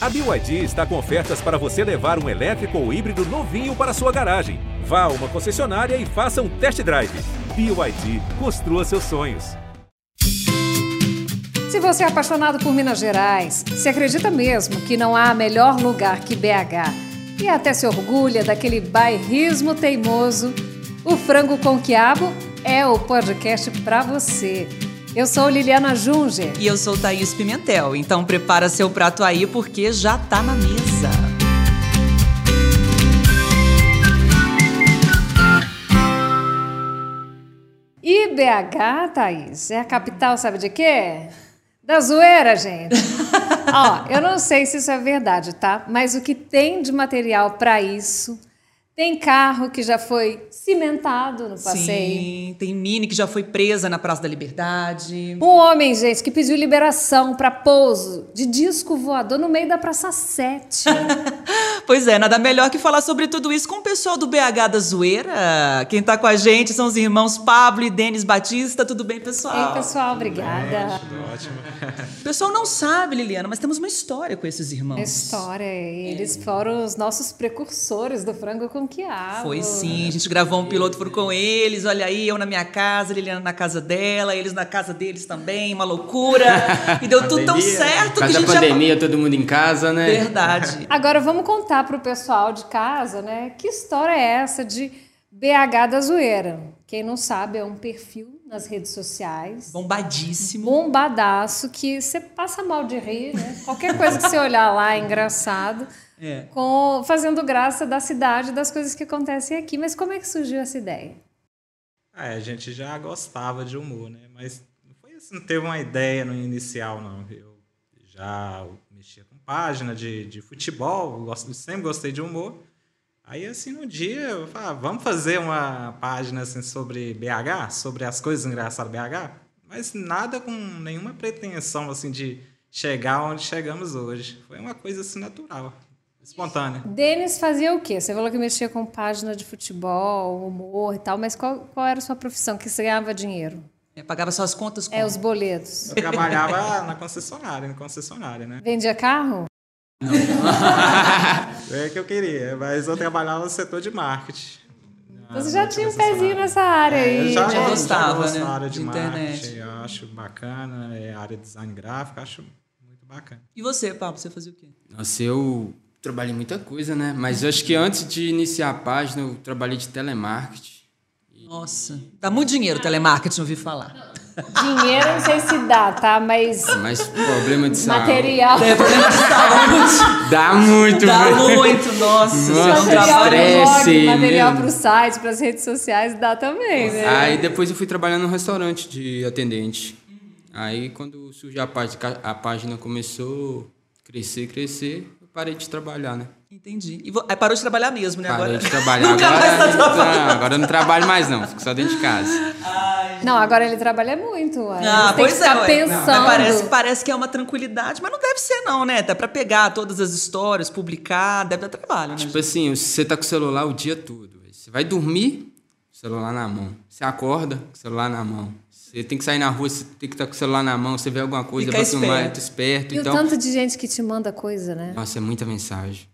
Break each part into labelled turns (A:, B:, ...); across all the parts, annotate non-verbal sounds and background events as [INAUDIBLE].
A: A BYD está com ofertas para você levar um elétrico ou híbrido novinho para sua garagem. Vá a uma concessionária e faça um test drive. BYD, construa seus sonhos.
B: Se você é apaixonado por Minas Gerais, se acredita mesmo que não há melhor lugar que BH e até se orgulha daquele bairrismo teimoso, o Frango com Quiabo é o podcast para você. Eu sou Liliana Junger.
C: E eu sou Thaís Pimentel. Então prepara seu prato aí porque já tá na mesa.
B: E BH, Thaís, é a capital, sabe de quê? Da zoeira, gente. Ó, eu não sei se isso é verdade, tá? Mas o que tem de material para isso tem carro que já foi cimentado no passeio.
C: Sim, tem Mini que já foi presa na Praça da Liberdade. [LAUGHS]
B: Um homem, gente, que pediu liberação para pouso de disco voador no meio da Praça
C: [LAUGHS]
B: 7.
C: Pois é, nada melhor que falar sobre tudo isso com o pessoal do BH da Zoeira. Quem tá com a gente são os irmãos Pablo e Denis Batista. Tudo bem, pessoal?
B: Ei, pessoal, obrigada.
C: O pessoal não sabe, Liliana, mas temos uma história com esses irmãos.
B: A história, eles foram os nossos precursores do frango com quiabo.
C: Foi sim, a gente gravou um piloto por com eles, olha aí, eu na minha casa, Liliana na casa dela, eles na casa deles também, uma
D: [LAUGHS]
C: loucura. E deu tudo tão
D: Pandemia.
C: certo
D: Mas
C: que a
D: a
C: gente já-
D: pandemia, todo mundo em casa, né?
C: Verdade.
B: Agora vamos contar pro pessoal de casa, né? Que história é essa de BH da Zoeira? Quem não sabe, é um perfil nas redes sociais.
C: Bombadíssimo.
B: Bombadaço que você passa mal de rir, né? Qualquer coisa que você olhar lá é engraçado.
C: É.
B: Com, fazendo graça da cidade, das coisas que acontecem aqui. Mas como é que surgiu essa ideia?
E: Ah, é, a gente já gostava de humor, né? Mas não foi assim, não teve uma ideia no inicial, não. Eu já mexia com página de, de futebol, gosto- sempre gostei de humor. Aí, assim, um dia, eu falei, "Ah, vamos fazer uma página assim, sobre BH, sobre as coisas engraçadas de BH, mas nada com nenhuma pretensão assim, de chegar onde chegamos hoje. Foi uma coisa assim, natural, espontânea.
B: Denis fazia o quê? Você falou que mexia com página de futebol, humor e tal, mas qual, qual era a sua profissão? Que você ganhava dinheiro?
C: É, pagava suas contas com
B: É, os boletos.
E: Eu trabalhava na concessionária, na concessionária, né?
B: Vendia carro?
E: É que eu queria, mas eu trabalhava no setor de marketing.
B: Então Você
E: Ah,
B: já
E: não
B: tinha um
E: sensacional.
B: pezinho nessa área
E: É,
B: aí.
E: eu já,
B: né?
C: já gostava,
E: gostava,
C: né,
E: da área de,
C: de internet.
E: marketing, eu acho bacana, é a área de design gráfico, eu acho muito bacana.
C: E você, Pablo, você fazia o quê?
D: Nossa, eu trabalhei muita coisa, né? Mas eu acho que antes de iniciar a página, eu trabalhei de telemarketing.
C: Nossa, dá muito dinheiro telemarketing, ouvi falar.
B: Dinheiro não sei se dá, tá? Mas
D: Mas problema de saúde.
B: material. [LAUGHS]
C: É, problema de saúde.
D: Dá muito,
C: Dá
D: velho.
C: muito, nossa. é um se
D: Nossa,
C: não
B: Material
C: trabalha-
D: estresse.
B: pro blog, material
D: mesmo.
B: pro site, pras redes sociais, dá também, né?
D: Aí depois eu fui trabalhar num restaurante de atendente. Aí quando surgiu a página, a página começou a crescer, crescer, eu parei de trabalhar, né?
C: Entendi. E vo- aí parou de trabalhar mesmo, né?
D: Parei
C: Agora.
D: de trabalhar.
C: [LAUGHS] Nunca
D: agora,
C: mais
D: né?
C: tá trabalhando.
D: não, agora eu não trabalho mais não, fico só dentro de casa.
B: Não, agora ele trabalha muito. ué.
C: Ah,
B: Ele tem que
C: pois é.
B: ficar
C: ué.
B: pensando.
C: Mas parece, parece que é uma tranquilidade, mas não deve ser, não, né? Até pra pegar todas as histórias, publicar, deve dar trabalho, né?
D: Tipo assim, você tá com o celular o dia todo. velho. Você vai dormir, celular na mão. Você acorda, celular na mão. Você tem que sair na rua, você tem que estar com o celular na mão. Você vê alguma coisa,
C: Fica
D: vai filmar,
C: esperto.
D: é esperto.
B: E o
D: então,
B: tanto de gente que te manda coisa, né?
D: nossa, é muita mensagem.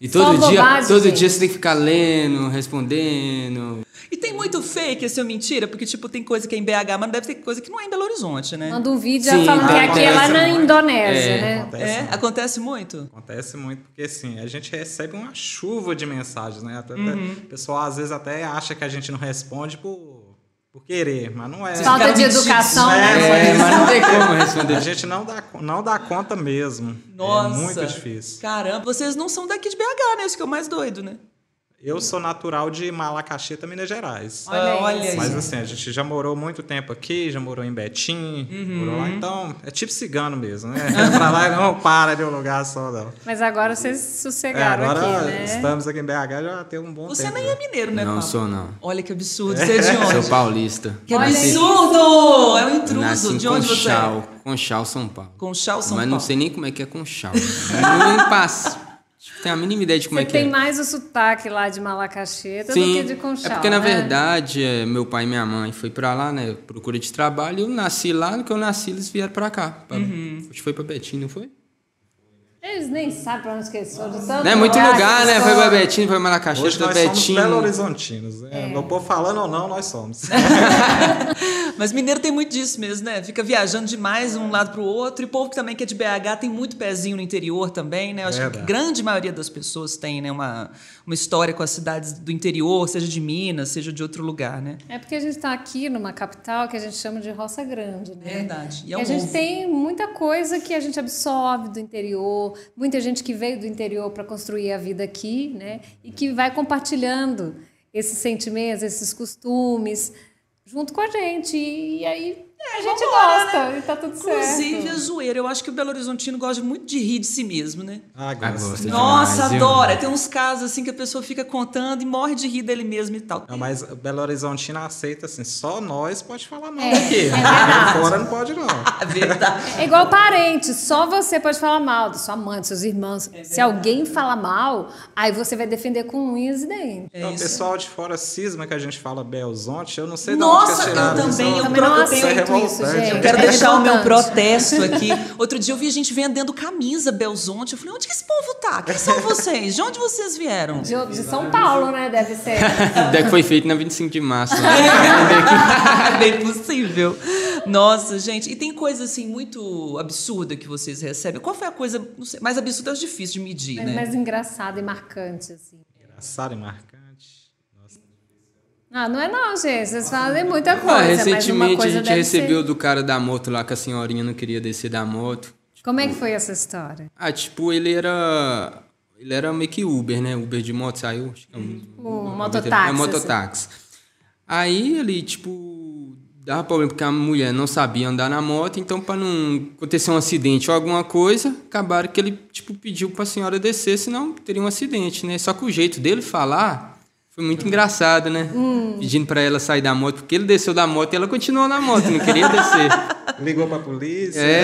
D: E
B: Só
D: todo dia,
B: bobagem,
D: todo
B: gente.
D: dia você tem que ficar lendo, respondendo.
C: E tem muito fake, assim, mentira, porque, tipo, tem coisa que é em BH, mas deve ter coisa que não é em Belo Horizonte, né?
B: Manda um vídeo
D: Sim,
B: falando que
D: tá,
B: aqui é lá
D: acontece
B: na
E: muito.
B: Indonésia,
D: É.
B: né?
E: Acontece,
C: É,
E: muito.
C: acontece muito.
E: acontece muito, porque assim, a gente recebe uma chuva de mensagens, né? Até- até-
B: Uhum.
E: O pessoal às vezes até acha que a gente não responde por, por querer, mas não é.
B: Falta de
C: Mentiras,
B: educação,
E: né?
B: né?
D: É, mas não tem como responder.
E: A gente não dá, co- não dá conta mesmo.
C: Nossa.
E: É muito difícil.
C: Caramba, vocês não são daqui de BH, né? Isso que é o mais doido, né?
E: Eu sou natural de Malacaxita, Minas Gerais.
B: Olha
C: Ah,
B: isso.
C: olha
E: Mas
C: isso.
E: assim, a gente já morou muito tempo aqui, já morou em Betim,
B: Uhum.
E: morou lá, então é tipo cigano mesmo, né? [LAUGHS] pra lá não para de um lugar só, não.
B: Mas agora vocês
E: É,
B: sossegaram
E: agora
B: aqui, né?
E: estamos aqui em BH já tem um bom
C: Você
E: tempo.
C: nem
E: já.
C: é mineiro, né,
D: Não
C: Pablo?
D: sou, não.
C: Olha que absurdo. Você é de
D: Sou
C: onde?
D: paulista.
C: Que
B: Olha aí.
C: absurdo! É um intruso.
D: Nasci em
C: de onde você é?
D: Conchal, Conchal, São Paulo.
C: Conchal, São
D: Mas
C: Paulo.
D: não sei nem como é que é Conchal. Eu não passo. Tipo, tenho a mínima ideia de como
B: Você
D: é que
B: tem
D: é.
B: mais o sotaque lá de Malacaxeta do que de Conchal,
D: É porque, na
B: né?
D: verdade, eh, meu pai e minha mãe foi pra lá, né? Procura de
E: Uhum.
D: trabalho. Eu nasci lá, no que eu nasci, eles vieram pra cá. Pra... Acho que foi pra Betim, não foi?
B: Eles nem sabem pra onde que eles foram. de tanto
D: Né? Muito
B: lugar que
D: lugar, né?
B: eles
D: Foi pra
B: foram.
D: Betinho, foi pra Malacaxeira,
E: Hoje
D: foi
E: nós somos
D: Betinho.
E: Belo Horizontinos. Né?
B: É.
E: Meu povo falando ou não, nós somos.
C: Mas mineiro tem muito disso mesmo, né? Fica viajando demais de um lado pro outro. E povo que também que é de BH tem muito pezinho no interior também, né? Eu acho que a
E: Verdade.
C: grande maioria das pessoas tem, né? Uma, uma história com as cidades do interior, seja de Minas, seja de outro lugar, né?
B: É porque a gente está aqui numa capital que a gente chama de roça grande, né?
C: Verdade. E
B: E
C: é um
B: a gente
C: ovo.
B: tem muita coisa que a gente absorve do interior, muita gente que veio do interior para construir a vida aqui, né? E que vai compartilhando esses sentimentos, esses costumes, junto com a gente. E aí a gente gosta e tá tudo
C: É, né? Inclusive a
B: certo.
C: zoeira. Eu acho que o Belo Horizontino gosta muito de rir de si mesmo, né?
E: Ah,
D: gosto.
E: gosto.
C: Nossa,
D: demais, viu?
C: adora. Tem uns casos assim que a pessoa fica contando e morre de rir dele mesmo e tal. [LAUGHS]
D: É
E: Não, mas Belo Horizontina aceita assim, só nós pode falar mal
B: É,
E: daqui.
B: é
E: Lá fora não pode não.
C: Ah, verdade.
B: É igual parente, só você pode falar mal da sua mãe, dos seus irmãos.
C: É
B: Se alguém fala mal, aí você vai defender com unhas e dentes.
C: É
E: Então, o
C: isso.
E: pessoal de fora cisma que a gente fala Belzonte, eu não sei de onde
C: Nossa,
E: que é
C: eu
E: tirado isso.
C: também. Eu,
B: Também não
C: pro- eu tenho-
E: aceito
B: aceito isso,
E: revoltante, né?
B: gente.
E: eu
C: Eu quero deixar o meu
B: Revoltante.
C: protesto aqui. Outro dia eu vi gente vendendo camisa Belzonte. Eu falei, onde que esse povo tá? Quem são vocês? De onde vocês vieram?
B: De, de São Paulo, né? Deve ser.
D: [LAUGHS] Até que foi feito na 25 de março. né? lá.
C: [LAUGHS] Bem possível. Nossa, gente. E tem coisa assim muito absurda que vocês recebem. Qual foi a coisa não sei, mais absurda? É difícil de medir,
B: Mas,
C: [LAUGHS] né?
B: mas engraçado e marcante, assim.
E: Engraçado e marcante. Nossa.
B: Ah, não é não, gente. Vocês fazem muita coisa,
D: Ah,
B: é, mas uma
D: recentemente a
B: coisa
D: gente
B: deve
D: recebeu
B: ser...
D: do cara da moto lá que a senhorinha não queria descer da moto.
B: Como é que foi essa história?
D: Ah, tipo, ele era. Ele era meio que Uber, né? Uber de moto saiu. Acho que é um,
B: Um
D: um-
B: mototáxi,
D: É um mototáxi. Aí ele, tipo, dava problema porque a mulher não sabia andar na moto, então pra não acontecer um acidente ou alguma coisa, acabaram que ele, tipo, pediu pra senhora descer, senão teria um acidente, né? Só que o jeito dele falar foi muito engraçado, né? Pedindo pra ela sair da moto, porque ele desceu da moto e ela continuou na moto, não queria descer. [LAUGHS]
E: Ligou pra polícia.
D: é,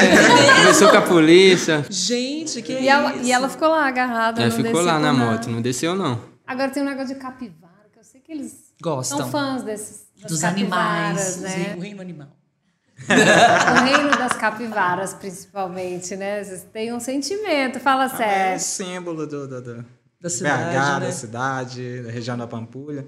D: conversou com a polícia.
C: Gente, que
B: E ela,
C: isso?
B: e ela ficou lá agarrada.
D: Ela
B: não
D: É, ficou
B: desceu
D: lá
B: por
D: na
B: nada.
D: moto, né? não desceu não.
B: Agora tem um negócio de capivara, que eu sei que eles são
C: Gostam
B: fãs desses, das
C: dos
B: capivaras,
C: animais,
B: né?
C: o reino animal.
B: [LAUGHS] O reino das capivaras, principalmente, né? Vocês têm um sentimento, fala
E: Ah, É um
B: sério.
E: símbolo do, do, do
C: Da
E: BH,
C: cidade, né?
E: da cidade, da região da Pampulha.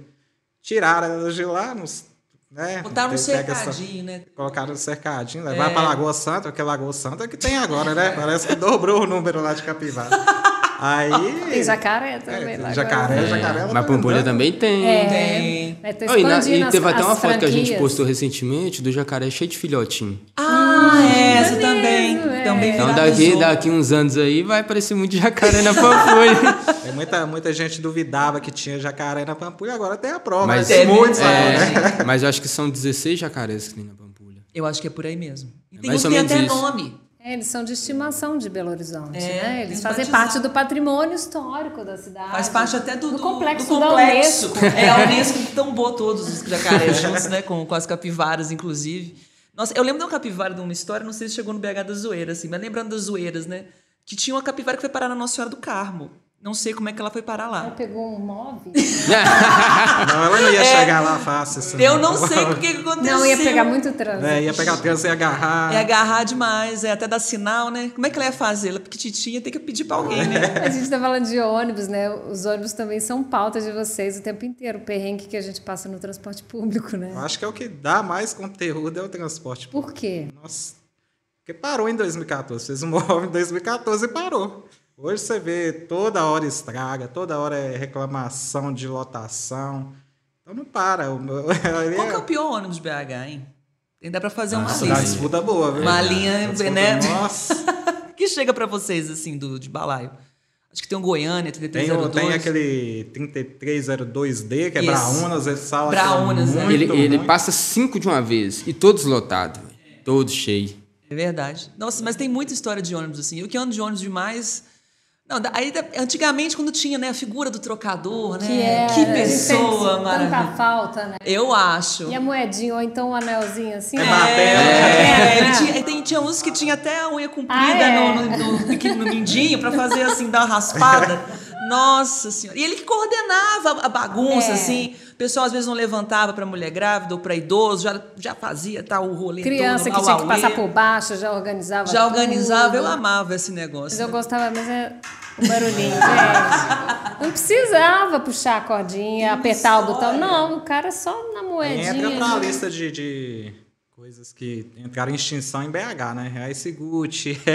E: Tiraram elas de lá, nos, né?
C: Botaram um
E: Tem- pega essa-
C: cercadinho, É. né?
E: Colocaram um cercadinho, levaram pra Lagoa Santa, porque Lagoa Santa é que tem agora, né? Parece que dobrou o número lá de capivara.
B: Tem
E: Aí.
B: jacaré também lá.
E: tem jacaré,
B: agora.
E: jacaré. ela
D: Mas a
E: tá
D: Pampulha
E: andando.
D: também tem.
C: É, Tem.
B: Mas tá
D: Oh, e, na-
B: expandindo
D: e teve
B: as-
D: até uma
B: as
D: foto que a gente
B: franquias.
D: postou recentemente do jacaré cheio de filhotinho.
C: Ah, essa
B: é
C: também.
B: mesmo, Hum, é.
C: Também
D: Então daqui,
C: viralizou.
D: daqui uns anos aí vai aparecer muito jacaré na
E: [LAUGHS]
D: Pampulha.
E: É, muita, muita gente duvidava que tinha jacaré na Pampulha, agora tem a prova.
D: Mas-
E: Mas,
C: Teve,
E: muitos
C: é.
E: agora, né?
D: É, mas eu acho que são 16 jacarés que tem na Pampulha.
C: Eu acho que é por aí mesmo. E
D: É
C: tem
D: mais
C: uns
D: ou
C: que tem
D: menos
C: até
D: isso.
C: nome.
B: É, eles são de estimação de Belo Horizonte,
C: É,
B: né?
C: eles
B: Eles fazem
C: batizaram.
B: parte do patrimônio histórico da cidade.
C: Faz parte até do,
B: Ah, do
C: do-
B: complexo
C: do
B: da
C: complexo.
B: Unesco.
C: [LAUGHS] É,
B: [LAUGHS]
C: a Unesco que tombou todos os jacarés juntos, né? Com, com as capivaras, inclusive. Nossa, eu lembro de uma capivara de uma história, não sei se chegou no BH das Zoeiras, assim, mas lembrando das Zoeiras, né? Que tinha uma capivara que foi parar na Nossa Senhora do Carmo. Não sei como é que ela foi parar
B: Ela
C: lá.
B: pegou um móvel.
E: Não, ela não ia chegar lá fácil. Assim,
C: É. Eu não sei o que que aconteceu.
B: Não, ia pegar muito trânsito.
E: É, ia pegar trânsito e agarrar.
C: É agarrar demais, é até dar sinal, né? Como é que ela ia fazer? Ela pequititinha tem que pedir pra alguém, né?
B: A gente tá falando de ônibus, né? Os ônibus também são pauta de vocês o tempo inteiro. O perrengue que a gente passa no transporte público, né?
E: Eu acho que é o que dá mais conteúdo é o transporte. público.
B: Por quê?
E: Nossa. Porque parou em 2014. Fez um [LAUGHS] móvel em 2014 e parou. Hoje você vê, toda hora estraga, toda hora é reclamação de lotação. Então não para. O meu- [LAUGHS] ele
C: Qual que é
E: é
C: o pior ônibus BH, hein? Tem- Dá pra fazer uma
D: Nossa,
E: dá uma
C: lista.
E: disputa boa, viu?
C: Uma linha,
E: Dá uma disputa-
C: né? [LAUGHS]
E: Nossa.
C: que chega pra vocês, assim, do, de balaio? Acho que tem um Goiânia,
E: Tem, o-
C: 3302.
E: tem aquele 3302D, que é
C: Isso.
E: Braunas, ele sala
C: Braunas, né?
E: é muito
D: [LAUGHS] ele ele
E: ruim.
D: passa cinco de uma vez e todos lotados, velho. todos cheios.
C: É verdade. Nossa, mas tem muita história de ônibus, assim. Eu que ando de ônibus demais... Não, da- aí, da- antigamente, quando tinha né, a figura do trocador, né?
B: Que, é,
C: que
B: né? A gente sente
C: pessoa
B: Tanta
C: maravilhosa.
B: falta, né?
C: Eu acho.
B: E a moedinha, ou então o anelzinho assim.
E: É
B: ó.
E: batendo.
C: É, ele
B: né?
C: tinha, tem- tinha uns que tinha até a unha comprida
B: Ah, é?
C: no, no, no, pequ- no mindinho pra fazer assim, dar uma raspada. Nossa senhora. E ele que coordenava a bagunça,
B: É.
C: assim. pessoal às vezes não levantava para mulher grávida ou para idoso, já, já fazia tal o rolê
B: Criança
C: todo,
B: que tinha que
C: auauê.
B: passar por baixo, já organizava.
C: Já organizava,
B: tudo.
C: eu amava esse
B: Mas
C: negócio. né?
B: eu gostava, mas é o barulhinho, gente. Não precisava puxar a cordinha,
D: um
B: apertar o
D: né?
B: botão. Não, o cara só na moedinha.
E: Entra pra
B: gente.
E: lista de, de coisas que entraram em extinção em BH, né? É esse Gucci, [LAUGHS]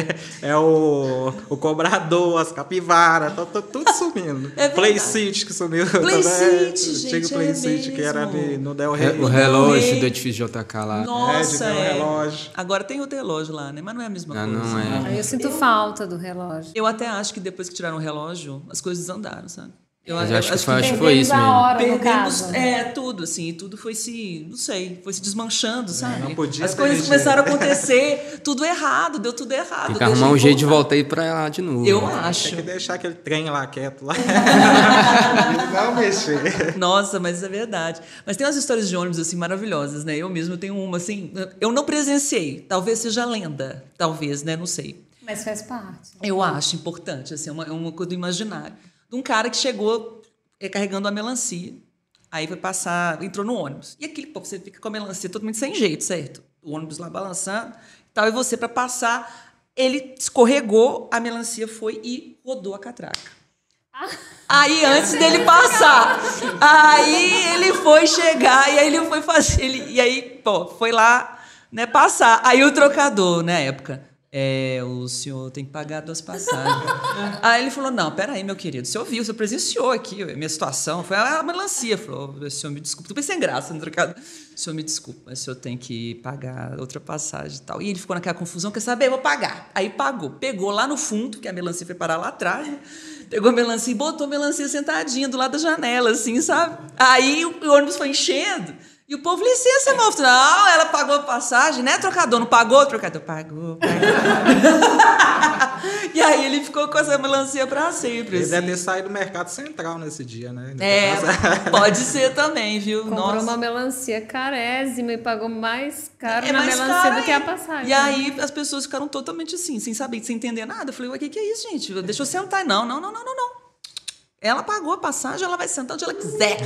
E: é, é o, o cobrador, as capivaras, tá, tá tudo sumindo.
C: É verdade.
E: Play City que sumiu.
C: Play
E: também.
C: City,
E: Antigo
C: gente,
E: Play
C: é
E: City que era
C: mesmo.
E: ali no Del
D: Re-
E: Rey.
D: O relógio
C: Rei.
D: do edifício JK lá.
C: Nossa,
E: É, de ter um
C: é.
E: relógio.
C: Agora tem outro relógio lá, né? Mas não é a mesma
D: Ah,
C: coisa.
D: não é.
B: Aí eu sinto falta do relógio.
C: Eu até acho que depois que tiraram o relógio, as coisas desandaram, sabe? Eu,
D: Mas
C: eu
D: acho que foi- acho que foi
B: Perdemos
D: isso
B: a
D: mesmo.
B: hora, no
C: Perdemos
B: caso. né?
C: é, tudo, assim, e tudo foi se, não sei, foi se desmanchando, sabe?
E: É, não podia
C: As
E: ter
C: coisas
E: jeito.
C: começaram a acontecer, [LAUGHS] tudo errado, deu tudo errado.
D: Tem que
C: deixa
D: arrumar um
C: eu
D: jeito de
C: voltar.
D: voltar aí pra lá de novo.
C: Eu
E: Tem
C: acho.
E: que deixar aquele
C: é.
E: trem
C: [LAUGHS]
E: lá quieto lá. Não mexer.
C: Nossa, mas é verdade. Mas tem umas histórias de ônibus assim maravilhosas, né? Eu mesmo tenho uma assim, eu não presenciei, talvez seja lenda, talvez, né? Não sei.
B: Mas faz parte.
C: Eu acho importante, assim, é uma, é uma coisa do imaginário. De um cara que chegou eh, carregando uma melancia, aí foi passar, entrou no ônibus. E aquele povo, você fica com a melancia totalmente sem jeito, certo? O ônibus lá balançando e tal, e você para passar, ele escorregou, a melancia foi e rodou a catraca. Aí, antes dele passar, aí ele foi chegar, e aí ele foi fazer, ele- e aí, pô, foi lá, né, passar. Aí o trocador, na época, é, o senhor tem que pagar duas passagens. aí ele falou, não, peraí, meu querido, o senhor viu, o senhor presenciou aqui a minha situação, foi a melancia, falou, "Ô, senhor me desculpa, tô sem graça no trocador. O senhor me desculpa, mas o senhor tem que pagar outra passagem e tal. E ele ficou naquela confusão, quer saber, eu vou pagar. Aí pagou, pegou lá no fundo, que a melancia foi parar lá atrás, né? Pegou a melancia e botou a melancia sentadinha do lado da janela, assim, sabe? Aí o o ônibus foi enchendo. E o povo, licença, moço. Não, ela pagou a passagem, né, trocador? Não pagou, trocador? Pagou, pagou. [LAUGHS] e aí ele ficou com essa melancia pra sempre,
E: Ele
C: assim.
E: deve ter saído do mercado central nesse dia, né?
C: É,
E: Nossa.
C: pode ser também, viu?
B: Comprou
C: Nossa.
B: uma melancia carésima e pagou mais caro
C: É
B: na
C: mais
B: melancia
C: caro
B: do que a
C: ainda.
B: passagem. né?
C: E aí as pessoas ficaram totalmente assim, sem saber, sem entender nada. Eu falei, ué, o que, que é isso, gente? Deixa eu sentar. Não, não, não, não, não, não. Ela pagou a passagem, ela vai sentar onde ela
E: [LAUGHS]
C: quiser.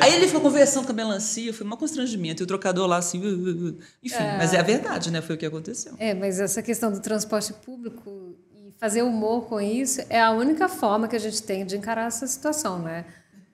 C: aí ele ficou conversando com a melancia, foi um maior constrangimento. E o trocador lá assim, uh, uh, uh. enfim. Mas é a verdade, né? Foi o que aconteceu.
B: É, mas essa questão do transporte público e fazer humor com isso é a única forma que a gente tem de encarar essa situação, né?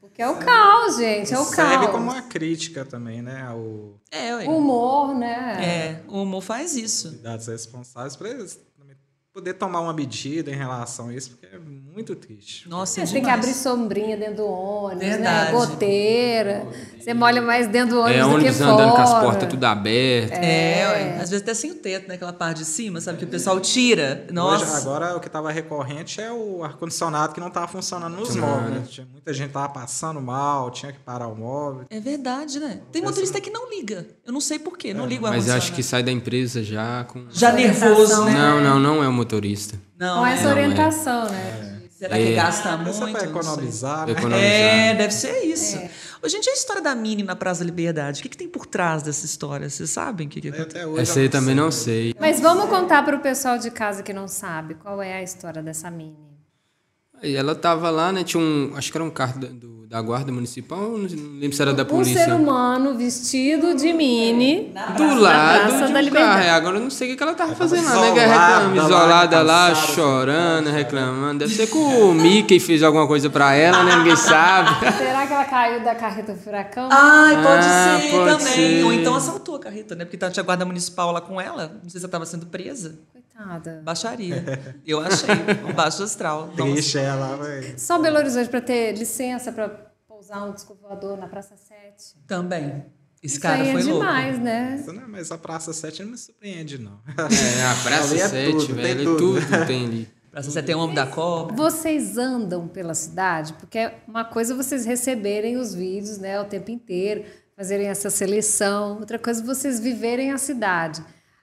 B: Porque é o caos, gente, é o
E: Serve
B: caos.
E: como uma crítica também, né? Ao
C: É, ué.
B: O humor, né?
C: É, o humor faz isso.
E: dados responsáveis para eles também poder tomar uma medida em relação a isso, porque é muito triste.
C: Nossa, é
B: Você tem que
C: demais.
B: abrir sombrinha dentro do ônibus, né?
C: Verdade.
B: Goteira. Você molha mais dentro do ônibus
D: É,
B: do
D: ônibus
B: que fora.
D: andando com as portas tudo abertas.
C: É, ué. Às vezes até sem o teto, né? Aquela parte de cima, sabe? Que o pessoal tira. Nossa.
E: Hoje, agora o que estava recorrente é o ar-condicionado que não estava funcionando nos
D: Funcionando.
E: móveis. né? Tinha- Muita gente estava passando mal, tinha que parar o móvel.
C: É verdade, né? Tem motorista que não liga. Eu não sei porquê,
E: É.
C: não ligo a
D: Mas acho que sai da empresa já com.
C: Já nervoso, né?
D: Não, não, não é o motorista.
C: Não,
B: Com
C: né?
D: é.
B: essa orientação, né?
C: Será que gasta
E: Essa é
C: muito?
E: para
C: Não sei.
E: economizar, né?
D: Economizar.
C: É, deve ser isso. Ô, Gente, e a história da Mini na Praça da Liberdade? O que, que tem por trás dessa história? Vocês sabem o que, que aconteceu?
E: [LAUGHS] Até hoje
D: Essa
E: eu
D: aí também não sei.
B: Mas vamos contar para o pessoal de casa que não sabe qual é a história dessa mini.
D: Aí Ela tava lá, né? Tinha um. Acho que era um carro da, do- da guarda municipal, não lembro se era da
B: Um
D: polícia.
B: ser humano vestido de
C: É,
B: mini
D: do
B: na
D: lado
B: Praça
D: de
B: da
D: um
B: Liberdade.
D: carro. É, Agora eu não sei o que que ela tava fazendo lá, né?
E: isolada
D: Reclam-
E: lá,
D: Isolada lá,
E: cansada,
D: chorando, reclamando. Deve ser que o Mickey fez alguma coisa pra ela, né? Ninguém sabe.
B: Será que ela caiu da carreta do furacão?
C: Ai, pode
D: Ah,
C: ser
D: pode
C: também.
D: ser.
C: Ou então assaltou a carreta, né? Porque tá- tinha guarda municipal lá com ela. Não sei se ela estava sendo presa.
B: Coitada.
C: Baixaria. Eu achei.
E: [LAUGHS]
C: Um baixo astral. Nossa.
E: Triste ela, velho.
B: Só Belo Horizonte para ter licença para pousar um descovador na Praça 7.
C: Também. Esse
B: Isso
C: cara
B: aí
C: foi
B: é
C: louco.
B: demais, né?
E: Isso não é- Mas a Praça 7 não me surpreende, não.
D: [LAUGHS]
E: [LAUGHS]
D: É, a Praça
E: Ali é
D: 7,
E: tudo, tem
D: velho.
E: tudo.
D: Tudo. tem ali.
C: Praça você tem o homem da cobra.
B: Vocês andam pela cidade? Porque é uma coisa vocês receberem os vídeos né, o tempo inteiro, fazerem essa seleção. Outra coisa vocês viverem a cidade.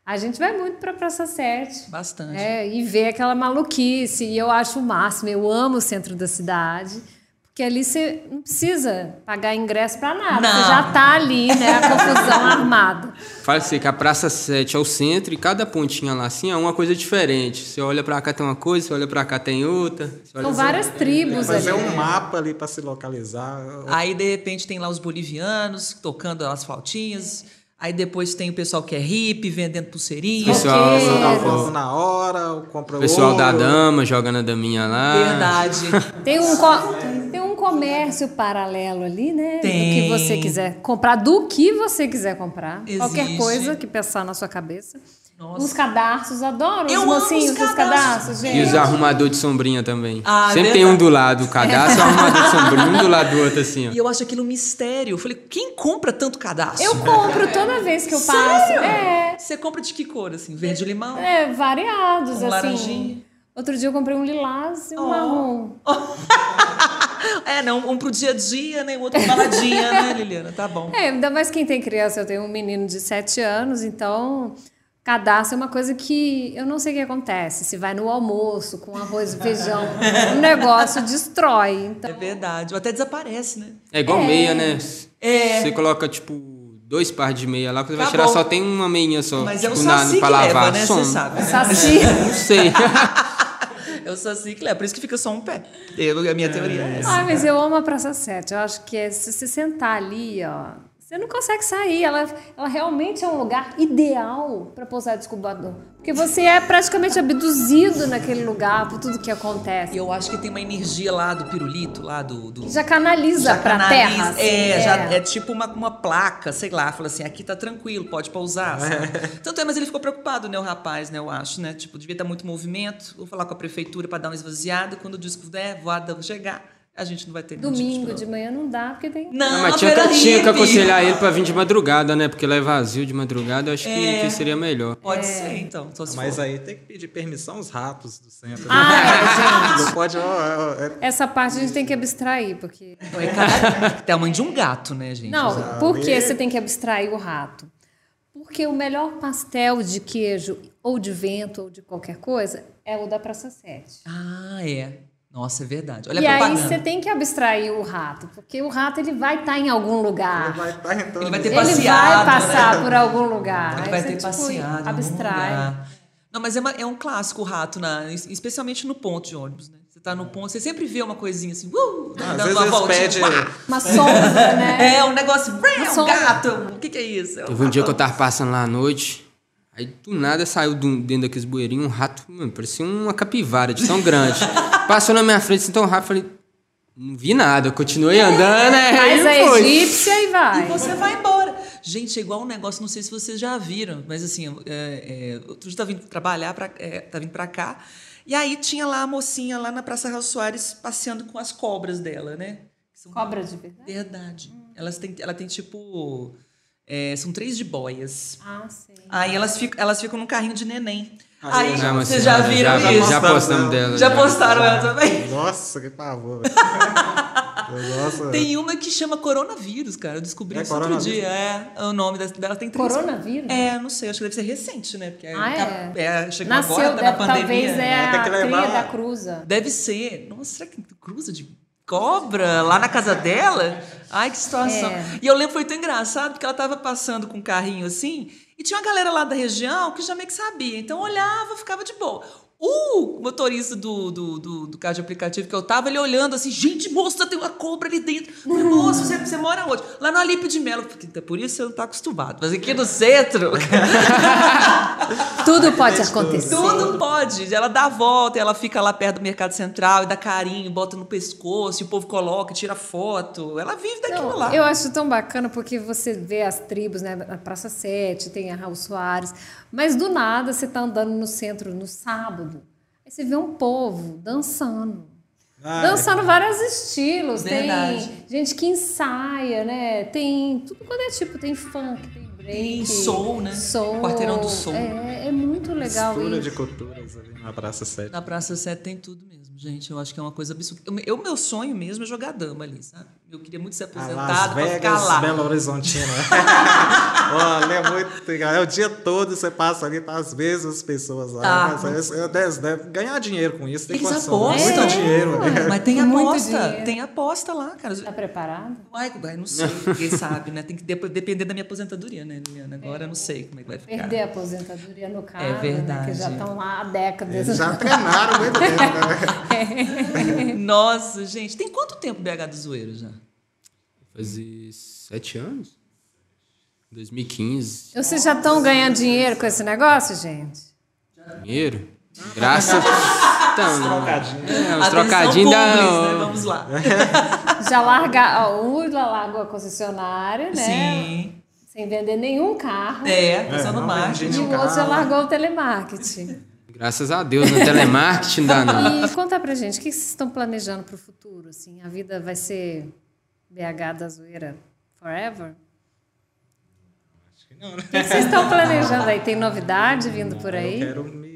B: A gente vai muito para Praça né, 7.
C: Bastante.
B: É, e ver aquela maluquice. E eu acho o máximo. Eu amo o centro da cidade. Porque ali você não precisa pagar ingresso pra nada.
C: Não.
B: Você já tá ali, né? A confusão armada.
D: Fala assim, que a Praça 7 é o centro e cada pontinha lá assim é uma coisa diferente. Você olha pra cá tem uma coisa, você olha pra cá tem outra. você olha
B: São
D: assim-
B: várias tribos ali.
C: é
E: Fazer um mapa ali pra se localizar.
C: Aí, de repente, tem lá os bolivianos tocando as flautinhas. Aí depois tem o pessoal que é hippie, vendendo pulseirinha.
B: Isso.
D: Pessoal,
E: Ou dá
B: Roqueiros.
E: foto na hora, ou compra
D: é pessoal
E: ouro.
D: da dama jogando a daminha lá.
C: É Verdade. [LAUGHS]
B: Tem um, co- tem um comércio paralelo ali, né? Do que
C: Tem.
B: você quiser comprar, do que você quiser comprar. Qualquer
C: Existe.
B: coisa que pensar na sua cabeça.
C: Nossa.
B: Os cadarços, adoro
C: Eu
B: os
C: amo os
B: mocinhos dos
C: cadarços.
B: cadarços, gente.
D: E os arrumadores de sombrinha também.
C: Ah,
D: Sempre tem um
C: verdade.
D: do lado, o
C: [LAUGHS]
D: cadastro, o arrumador de sombrinha, um do lado do outro, assim, ó.
C: E eu acho aquilo um mistério. Eu falei, quem compra tanto cadastro?
B: Eu compro toda vez que eu passo.
C: Sério?
B: É,
C: Você compra de que cor, assim? Verde e limão?
B: é, variados,
C: Um
B: assim.
C: laranjinha.
B: Outro dia eu comprei um lilás e um
C: Oh.
B: marrom.
C: É, não, um pro dia a dia, né? O outro pra baladinha,
B: [LAUGHS]
C: né, Liliana? Tá bom.
B: É, ainda mais quem tem criança. Eu tenho um menino de 7 anos, então cadastro é uma coisa que eu não sei o que acontece. Se vai no almoço, com arroz e feijão, o negócio destrói.
C: É
B: Então,
C: verdade. Ou até desaparece, né?
D: É igual meia, né?
C: É.
D: Você coloca, tipo, dois pares de meia lá, quando você vai
C: Tá
D: tirar,
C: bom.
D: só tem uma meinha só.
C: Mas é
D: tipo,
C: o saci que
D: pra
C: leva,
D: lavar.
C: né?
D: Some.
C: Você [LAUGHS] sabe. né?
B: saci.
C: [LAUGHS]
D: Não sei.
C: É o saci que leva. Por isso que fica só um pé. Eu- a minha teoria é essa.
B: Ai, mas eu amo a Praça 7. Eu acho que é, se você sentar ali, ó, você não consegue sair. Ela, ela realmente é um lugar ideal para pousar descubador. Porque você é praticamente abduzido naquele lugar por tudo que
C: E
B: acontece.
C: eu acho que tem uma energia lá do pirulito, lá do. do...
B: Já canaliza para
C: canaliza.
B: terra. assim,
C: É, já é tipo uma, uma placa, sei lá, fala assim, aqui tá tranquilo, pode pousar. sabe? Tanto é, mas ele ficou preocupado, né, o rapaz, né, eu acho, né? Tipo, devia estar muito movimento, vou falar com a prefeitura pra dar uma esvaziada, quando o disco der, voada chegar, a gente não vai ter nenhum tipo
B: Domingo
C: problema.
B: de manhã não dá, porque tem
C: Não,
D: Não, mas tinha, que-
C: pera aí,
D: tinha que
C: Bi.
D: aconselhar ele pra vir de madrugada, né? Porque lá é vazio de madrugada, eu acho que-
C: É.
D: que, seria melhor.
B: É.
C: Pode ser, então. Só se
E: Mas
C: for.
E: aí tem que pedir permissão aos ratos do centro. né? [LAUGHS]
C: é,
B: Ah,
E: Não pode. ó, ó, é-
B: Essa parte a gente tem que abstrair, porque.
C: É cada... [LAUGHS] Tem a mãe de um gato, né, gente?
B: Não, por que você tem que abstrair o rato? Porque o melhor pastel de queijo, ou de vento, ou de qualquer coisa, é o da Praça 7.
C: Ah, é. Nossa, é verdade. Olha
B: e
C: a
B: aí
C: propaganda.
B: você tem que abstrair o rato, porque o rato ele vai estar em algum lugar.
E: vai tá estar em todo
C: Ele vai ter
B: Ele
C: passeado,
B: vai passar
C: né?
B: por algum lugar.
C: Ele
B: Aí
C: vai
B: você,
C: ter
B: tipo,
C: passeado. em algum
B: Abstrai.
C: lugar. Não, mas é, uma- é um clássico o rato, na, especialmente no ponto de ônibus, né? Você tá no ponto, você sempre vê uma coisinha assim, uh,
E: Às
D: Ah,
C: dando
E: vezes
C: uma
E: eles
C: voltinha.
E: pedem-
C: uá.
B: Uma sombra, né?
C: [LAUGHS] É, um negócio,
B: Uma
C: é um
B: sombra.
C: gato. O que que é isso? É
D: Teve um dia que eu tava passando lá à noite, aí do nada saiu do- dentro daqueles bueirinhos um rato, mano, parecia uma capivara de
C: [LAUGHS]
D: tão grande. Passou na minha frente assim tão rápido, falei, não vi nada, eu continuei andando, né?
B: Faz
D: Aí
B: a
D: foi.
B: é egípcia e vai.
C: é, E você vai embora. Gente, é igual um negócio, não sei se vocês já viram, mas assim, é, é, outro dia tá vindo trabalhar, pra, é, tá vindo pra cá, e aí tinha lá a mocinha lá na Praça Raul Soares passeando com as cobras dela, né? Que são-
B: Cobra de verdade?
C: Verdade. Elas têm, ela tem tipo. é, são três jiboias.
B: Ah, sim.
C: Aí elas ficam, elas ficam num carrinho de neném.
E: Ah,
C: Aí,
D: Ah, mas
C: vocês
D: já-
C: já viram
D: já,
C: isso?
D: Já postamos dela.
C: Já postaram ela também?
E: Nossa,
C: [LAUGHS]
E: que pavor. velho. Nossa.
C: Tem uma que chama coronavírus, cara. Eu descobri
E: É
C: isso outro
E: coronavírus?
C: dia. É, é o nome dessa- dela tem três.
B: Coronavírus?
C: É, não sei, acho que deve ser recente, né? Porque
B: Ah, é?
C: é, chegou
B: Nasceu,
C: agora, tá na
B: deve-
C: pandemia.
B: talvez é
E: Tem
B: a
E: que levar-
B: cria da cruza.
C: Deve ser. Nossa, será que cruza de cobra lá na casa dela? Ai, que situação.
B: É.
C: E eu lembro, foi tão engraçado, porque ela tava passando com um carrinho assim, e tinha uma galera lá da região que já meio que sabia. Então olhava, ficava de boa. O motorista do, do, do, do carro de aplicativo que eu tava, ele olhando assim, gente, moça, tem uma cobra ali dentro. Eu Falei, moço, você, você mora onde? Lá no Alipe de Melo. Eu falei, "Então, Por isso você não tá acostumado. Mas aqui no centro, [LAUGHS]
B: Tudo pode acontecer.
C: Tudo pode. Ela dá a volta, ela fica lá perto do Mercado Central e dá carinho, bota no pescoço, e o povo coloca, tira foto. Ela vive daquilo
B: Não,
C: lá.
B: eu acho tão bacana porque você vê as tribos, né? Na Praça 7, tem a Raul Soares. Mas do nada você tá andando no centro no sábado. Aí você vê um povo dançando.
E: Ah,
B: Dançando vários estilos.
C: Verdade.
B: Tem gente que ensaia, né? Tem tudo quanto é tipo. Tem funk, tem break.
C: Tem soul, né?
B: Soul.
C: Quarteirão do soul.
B: É, é muito muito legal
E: Mistura
B: isso.
E: de culturas ali na Praça 7.
C: Na Praça 7 tem tudo mesmo, gente. Eu acho que é uma coisa absurda. Eu, eu- meu sonho mesmo é jogar dama ali, sabe? Eu queria muito ser
E: A
C: aposentado
E: Ah, Las
C: pra ficar lá.
E: Vegas, Belo
C: [LAUGHS]
E: Horizontino. Olha, é muito legal. É o dia todo você passa ali, tá as mesmas pessoas lá.
C: Tá.
E: Mas é, aí você- eu des- deve ganhar dinheiro com isso. Tem
C: Eles
E: condição, né?
C: apostam. É.
E: Muito dinheiro. né?
C: Mas tem
B: Muito
C: aposta.
B: dinheiro.
C: Tem aposta lá, cara.
B: Tá preparado?
C: Ai, vai, não sei,
E: [LAUGHS]
C: ninguém sabe, né? Tem que dep- depender da minha aposentadoria, né, Liliana? Agora eu não sei como é que vai ficar.
B: Perder a aposentadoria
E: É
B: no carro,
C: verdade.
B: que já estão lá há décadas. né?
E: Eles já treinaram muito tempo. né?
C: [LAUGHS] Nossa, gente, tem quanto tempo BH do Zoeiro já?
D: Fazer sete anos? 2015.
B: [LAUGHS] Vocês já estão ganhando dinheiro com esse negócio, gente?
D: Dinheiro? Graças. Então,
E: Trocadinho.
D: é, os
C: Atenção,
D: trocadinhos um-
C: públicos, né?
D: da.
C: Vamos lá.
B: Já larga, ó, o Urla largou a concessionária, né?
C: Sim.
B: Sem vender nenhum carro.
C: É, pessoal
E: não,
C: no marketing.
B: E o
E: nenhum
B: outro já
E: carro.
B: largou o telemarketing.
D: Graças a Deus, no telemarketing dá não.
B: E conta pra gente, o que vocês estão planejando pro futuro? Assim, a vida vai ser BH da zoeira forever?
E: Não, né?
B: O que que vocês estão planejando aí? Tem novidade vindo por
E: Eu
B: aí?
E: quero me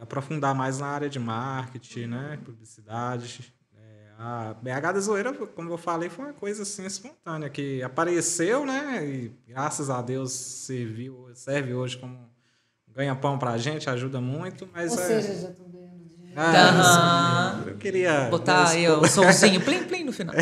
E: aprofundar mais na área de marketing, né? Publicidade. É, a BH da Zoeira, como eu falei, foi uma coisa assim espontânea que apareceu, né? E graças a Deus serviu, serve hoje como ganha-pão pra gente, ajuda muito, mas
B: Ou
E: é-
B: seja, já estão ganhando dinheiro.
E: Ah,
C: Tá.
E: eu queria
C: Botar aí ó, o somzinho plim plim no final.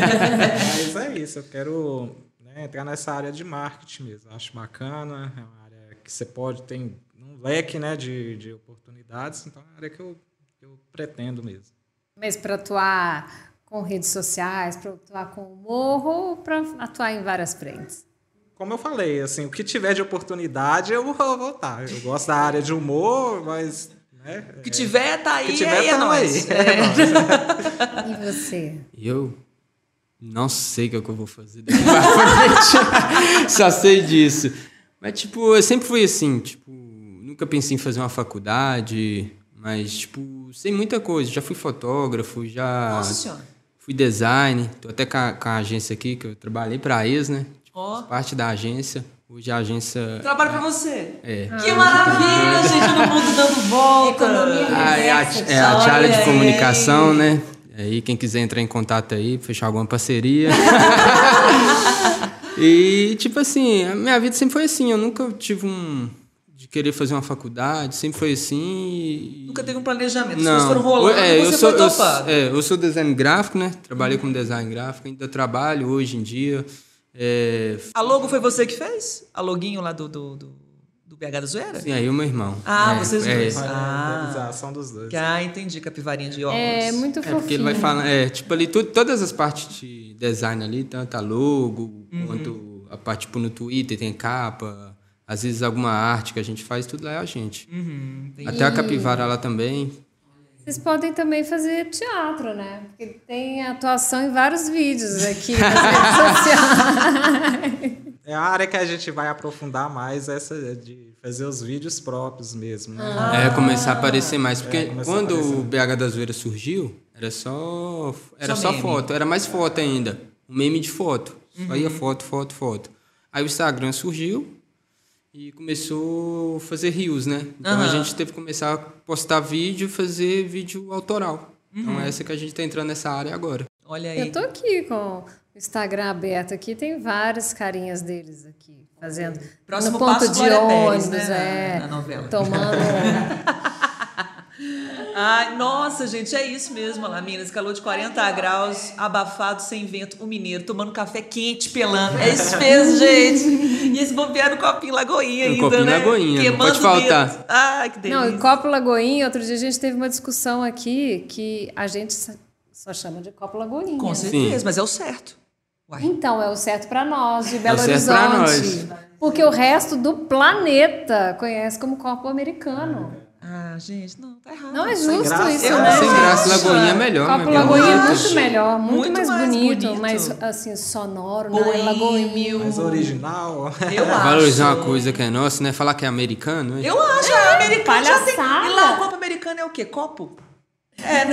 E: Mas é isso, eu quero né, entrar nessa área de marketing mesmo. Acho bacana, é uma área que você pode ter um leque né, de, de oportunidades, então é uma área que eu, que eu pretendo mesmo.
B: Mas para atuar com redes sociais, para atuar com humor ou para atuar em várias frentes?
E: Como eu falei, assim, o que tiver de oportunidade eu vou voltar. Eu gosto da área de humor, mas. Né,
C: O que tiver, tá aí.
E: que tiver,
C: aí é
E: tá
C: nóis.
E: aí.
C: É. [LAUGHS]
B: E você?
D: Eu não sei o que, é que eu vou fazer daqui pra frente. [LAUGHS] Só sei disso. Mas, tipo, eu sempre fui assim, tipo, nunca pensei em fazer uma faculdade, mas, tipo, sei muita coisa. Já fui fotógrafo, já
C: Nossa senhora.
D: fui design. Tô até com a, com a agência aqui, que eu trabalhei pra ex, né? Tipo,
C: Ó. Então,
D: fiz parte da agência. Hoje a agência.
C: Trabalho pra você.
D: É.
C: Que maravilha, gente, no mundo dando volta.
D: Ah, é a, é a
C: Olha
D: Tiara de
C: aí.
D: comunicação, né? Aí quem quiser entrar em contato aí, fechar
C: [LAUGHS]
D: alguma parceria. e tipo assim, a minha vida sempre foi assim, eu nunca tive um de querer fazer uma faculdade, sempre foi assim. e-
C: Nunca teve um planejamento. As coisas
D: não,
C: foram rolando,
D: é,
C: você
D: eu
C: foi
D: sou, eu,
C: topado.
D: é, eu sou design gráfico, né? Trabalhei como design gráfico, ainda trabalho hoje em dia. É,
C: A logo foi você que fez? A loguinho lá do, do, do, do BH da Zoeira?
D: assim, aí o meu irmão.
C: Ah,
D: É,
C: vocês
D: é,
C: dois.
E: É a
C: Ah,
E: realização dos dois.
C: que- ah, entendi, capivarinha de óculos.
B: É muito
D: É,
B: fofinho.
D: porque ele vai falar, é, tipo ali, tu- todas as partes de design ali, tanto a logo, quanto a parte, tipo, no Twitter tem capa, às vezes alguma arte que a gente faz, tudo lá é a gente.
C: Uhum, entendi.
D: Até a capivara lá também.
B: Vocês podem também fazer teatro, né? Porque tem atuação em vários vídeos aqui
C: [LAUGHS]
B: nas redes sociais.
E: É a área que a gente vai aprofundar mais, essa de fazer os vídeos próprios mesmo. Né?
C: Ah.
D: É, começar a aparecer mais.
C: É,
D: Porque
E: começar a
D: quando
E: aparecer.
D: o BH da Zoeira surgiu, era só. Era
C: Só
D: só,
C: meme. Uhum.
D: foto, era mais foto ainda. Um meme de foto. Só ia foto, foto, foto. Aí o Instagram surgiu e começou a fazer rios, né? Então a
C: Aham.
D: gente teve que começar a postar vídeo e fazer vídeo autoral.
C: Uhum.
D: Então é essa que a gente tá entrando nessa área agora.
C: Olha aí.
B: Eu tô aqui com o Instagram aberto aqui, tem vários carinhas deles aqui fazendo. no
C: Próximo
B: ponto
C: passo,
B: de
C: Glória Pérez,
B: ônibus,
C: né,
B: é.
C: na- na novela. [LAUGHS]
B: Tomando.
C: Ai, nossa, gente, é isso mesmo, olha lá, Minas. Calor de 40
B: né?
C: graus, abafado, sem vento, um mineiro tomando café quente, pelando. É isso mesmo, gente. E esse bobear no copinho Lagoinha
D: No
C: ainda,
D: copinho
C: né?
D: Lagoinha, não
C: Queimando
D: pode faltar.
C: o dedo. Ai, que delícia.
B: Não, e Copo Lagoinha, outro dia a gente teve uma discussão aqui que a gente só chama de Copo Lagoinha.
C: Com
B: né?
C: certeza, mas é o certo. Uai.
B: Então, é o certo para nós, de Belo
D: o certo pra
B: Horizonte. Porque o resto do planeta conhece como corpo americano.
C: Ah, gente, não, tá errado.
B: Não é
C: Sem
B: justo
E: graça,
B: isso,
C: Eu
B: né?
C: acho.
D: Sem graça,
B: gente?
D: Lagoinha é melhor.
B: Copo
D: né?
B: Lagoinha é
D: Eu acho.
B: muito melhor, muito,
C: Muito
B: mais,
C: mais
B: bonito,
C: bonito.
B: mais assim, sonoro, né?
C: Boêmio.
B: Lagoinha.
E: Mais original.
C: Eu acho.
D: Valorizar uma coisa que é nossa, né? Falar que é americano, né?
C: Ah, Eu acho, é, americano já tem.
B: palhaçada.
C: E lá, o copo americano é o
B: [LAUGHS]
C: quê? Copo? [LAUGHS] É,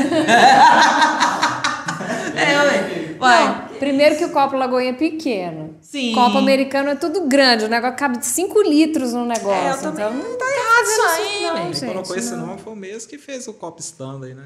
C: né? é, ué. Vai.
B: Não, primeiro Primeiro que o copo Lagoinha é pequeno.
C: Sim.
B: Copo americano é tudo grande, o negócio cabe 5 litros no negócio.
C: É, eu também.
B: então não tá
C: isso
B: errado
C: aí,
B: não,
C: velho.
B: gente,
E: colocou esse
B: não.
E: nome foi o mesmo que fez o Cop Stanley, né?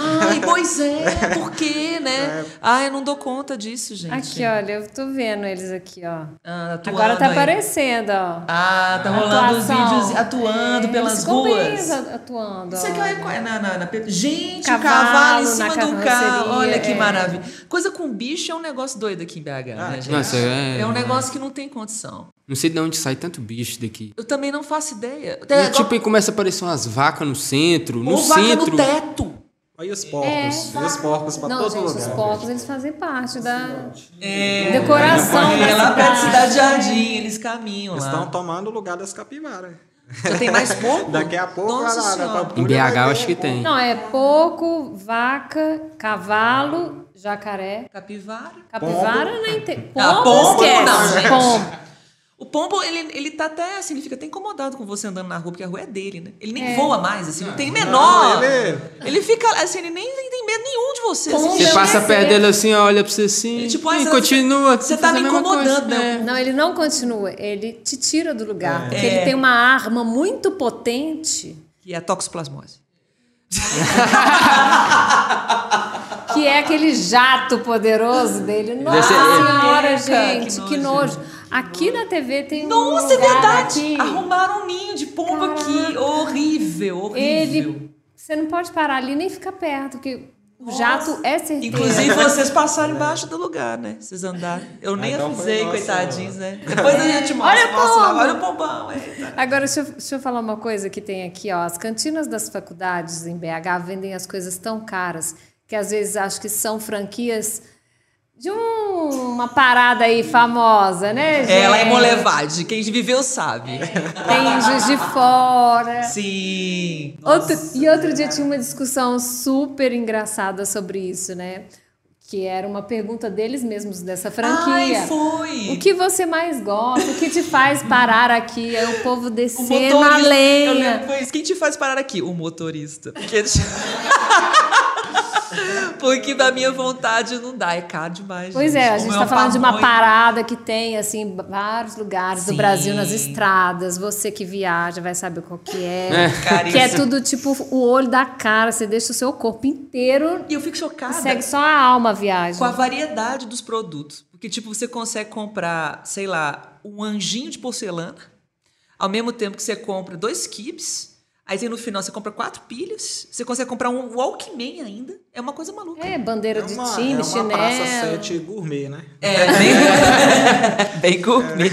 C: Ai,
B: [LAUGHS]
C: pois é, por quê, né? Ai, eu não dou conta disso, gente.
B: É. Aqui, olha, eu tô vendo eles aqui, ó.
C: Ah, atuando
B: Agora tá
C: aí.
B: aparecendo, ó.
C: Ah, tá rolando os vídeos atuando
B: É,
C: pelas
B: eles compensa
C: ruas.
B: atuando.
C: Isso
B: ó.
C: aqui é, é na, na, na pe- Gente,
B: Cavalo
C: o cavalo em
B: na
C: cima do carro.
B: carroceria,
C: Olha que
B: é.
C: maravilha. Coisa com bicho é um negócio doido aqui em BH,
B: Ah,
C: né, gente?
D: Nossa, é-
C: é um negócio que não tem condição.
D: Não sei de onde sai tanto bicho daqui.
C: Eu também não faço ideia.
D: E,
C: Até
D: tipo, aí começa a aparecer umas vacas no centro, no
C: ou vaca
D: centro.
C: no teto.
E: Olha os porcos. E os porcos pra
B: Não,
E: todo
B: gente,
E: lugar.
B: os porcos, eles fazem parte da
C: É,
B: decoração
C: é,
B: da
C: [LAUGHS] lá perto de
B: cidade.
C: Cidade Jardim, eles caminham
E: Eles
C: lá.
E: estão tomando o lugar das capivaras.
C: Já tem [LAUGHS] mais pouco?
E: Daqui a pouco,
C: Nossa
E: lá,
C: Senhora.
E: na
D: Em BH eu acho que tem.
B: Não, é porco, vaca, cavalo, jacaré,
C: Capivara.
B: capivara, nem tem. Pombo,
C: Ah, pombo
B: esquece.
C: não, gente.
B: Pombo.
C: O pombo, ele, ele tá até assim, ele fica até incomodado com você andando na rua, porque a rua é dele, né? Ele nem voa mais, assim, não tem menor.
E: ele-
C: ele... fica assim, ele nem, nem tem medo nenhum de você. assim,
B: Pombo
C: ele
D: Você
B: Não,
D: é passa
B: né?
D: perto dele assim, olha pra você assim.
C: Ele,
D: Tipo,
C: tipo, ah, você-
D: continua.
C: você
D: faz
C: tá
D: a
C: me
D: mesma
C: incomodando,
D: né?
B: Não, ele não continua, ele te tira do lugar, porque
C: É.
B: ele tem uma arma muito potente,
C: Que é a toxoplasmose.
B: que é aquele jato poderoso dele.
C: é
B: Nossa
D: ser-
B: senhora,
C: Caraca,
B: gente,
C: que
B: que nojo. Aqui na TV tem um
C: Nossa, é
B: lugar
C: verdade!
B: aqui.
C: Arrumaram um ninho de pombo aqui. Horrível, um horrível.
B: Ele, você não pode parar ali nem ficar perto, porque o jato é certeiro.
C: Inclusive, vocês passaram embaixo do lugar, né? Vocês andaram. Eu nem
E: então foi
C: avisei,
E: nossa-
C: coitadinhos, né? Depois a gente mostra.
B: Olha o
C: mostra lá,
B: pombo!
C: olha o pombão. é.
B: Agora, deixa eu, deixa eu falar uma coisa que tem aqui, ó. As cantinas das faculdades em BH vendem as coisas tão caras que às vezes acho que são franquias de um- uma parada aí famosa, né, gente?
C: Ela é molevade. Quem viveu sabe.
B: Tem Juiz de Fora.
C: Sim.
B: Outro- e outro dia tinha uma discussão super engraçada sobre isso, né? Que era uma pergunta deles mesmos dessa franquia.
C: Ai, foi.
B: O que você mais gosta? O que te faz parar aqui? É o povo
C: O
B: descer na
C: motorista. Eu lembro,
B: lenha.
C: foi isso. Quem te faz parar aqui? O motorista. Porque, [LAUGHS] Porque da minha vontade não dá. É caro demais.
B: Pois é, a
C: Como
B: gente
C: é
B: tá
C: um
B: falando de uma
C: pamonha.
B: parada que tem, assim, vários lugares do
C: Sim.
B: Brasil nas estradas. Você que viaja vai saber qual que é.
C: Cara,
B: Que é
C: isso-
B: tudo tipo o olho da cara, você deixa o seu corpo inteiro
C: E eu fico
B: e
C: chocada.
B: segue só a alma a viagem.
C: com a variedade dos produtos. Porque, tipo, você consegue comprar, sei lá, um anjinho de porcelana, ao mesmo tempo que você compra dois kibs, aí tem no final você compra quatro pilhas, você consegue comprar um Walkman ainda. É uma coisa maluca.
B: É, bandeira
E: É
B: de
E: uma,
B: time,
E: é uma praça
B: chinelo.
E: 7 gourmet, né?
C: É, [LAUGHS] bem, bem gourmet.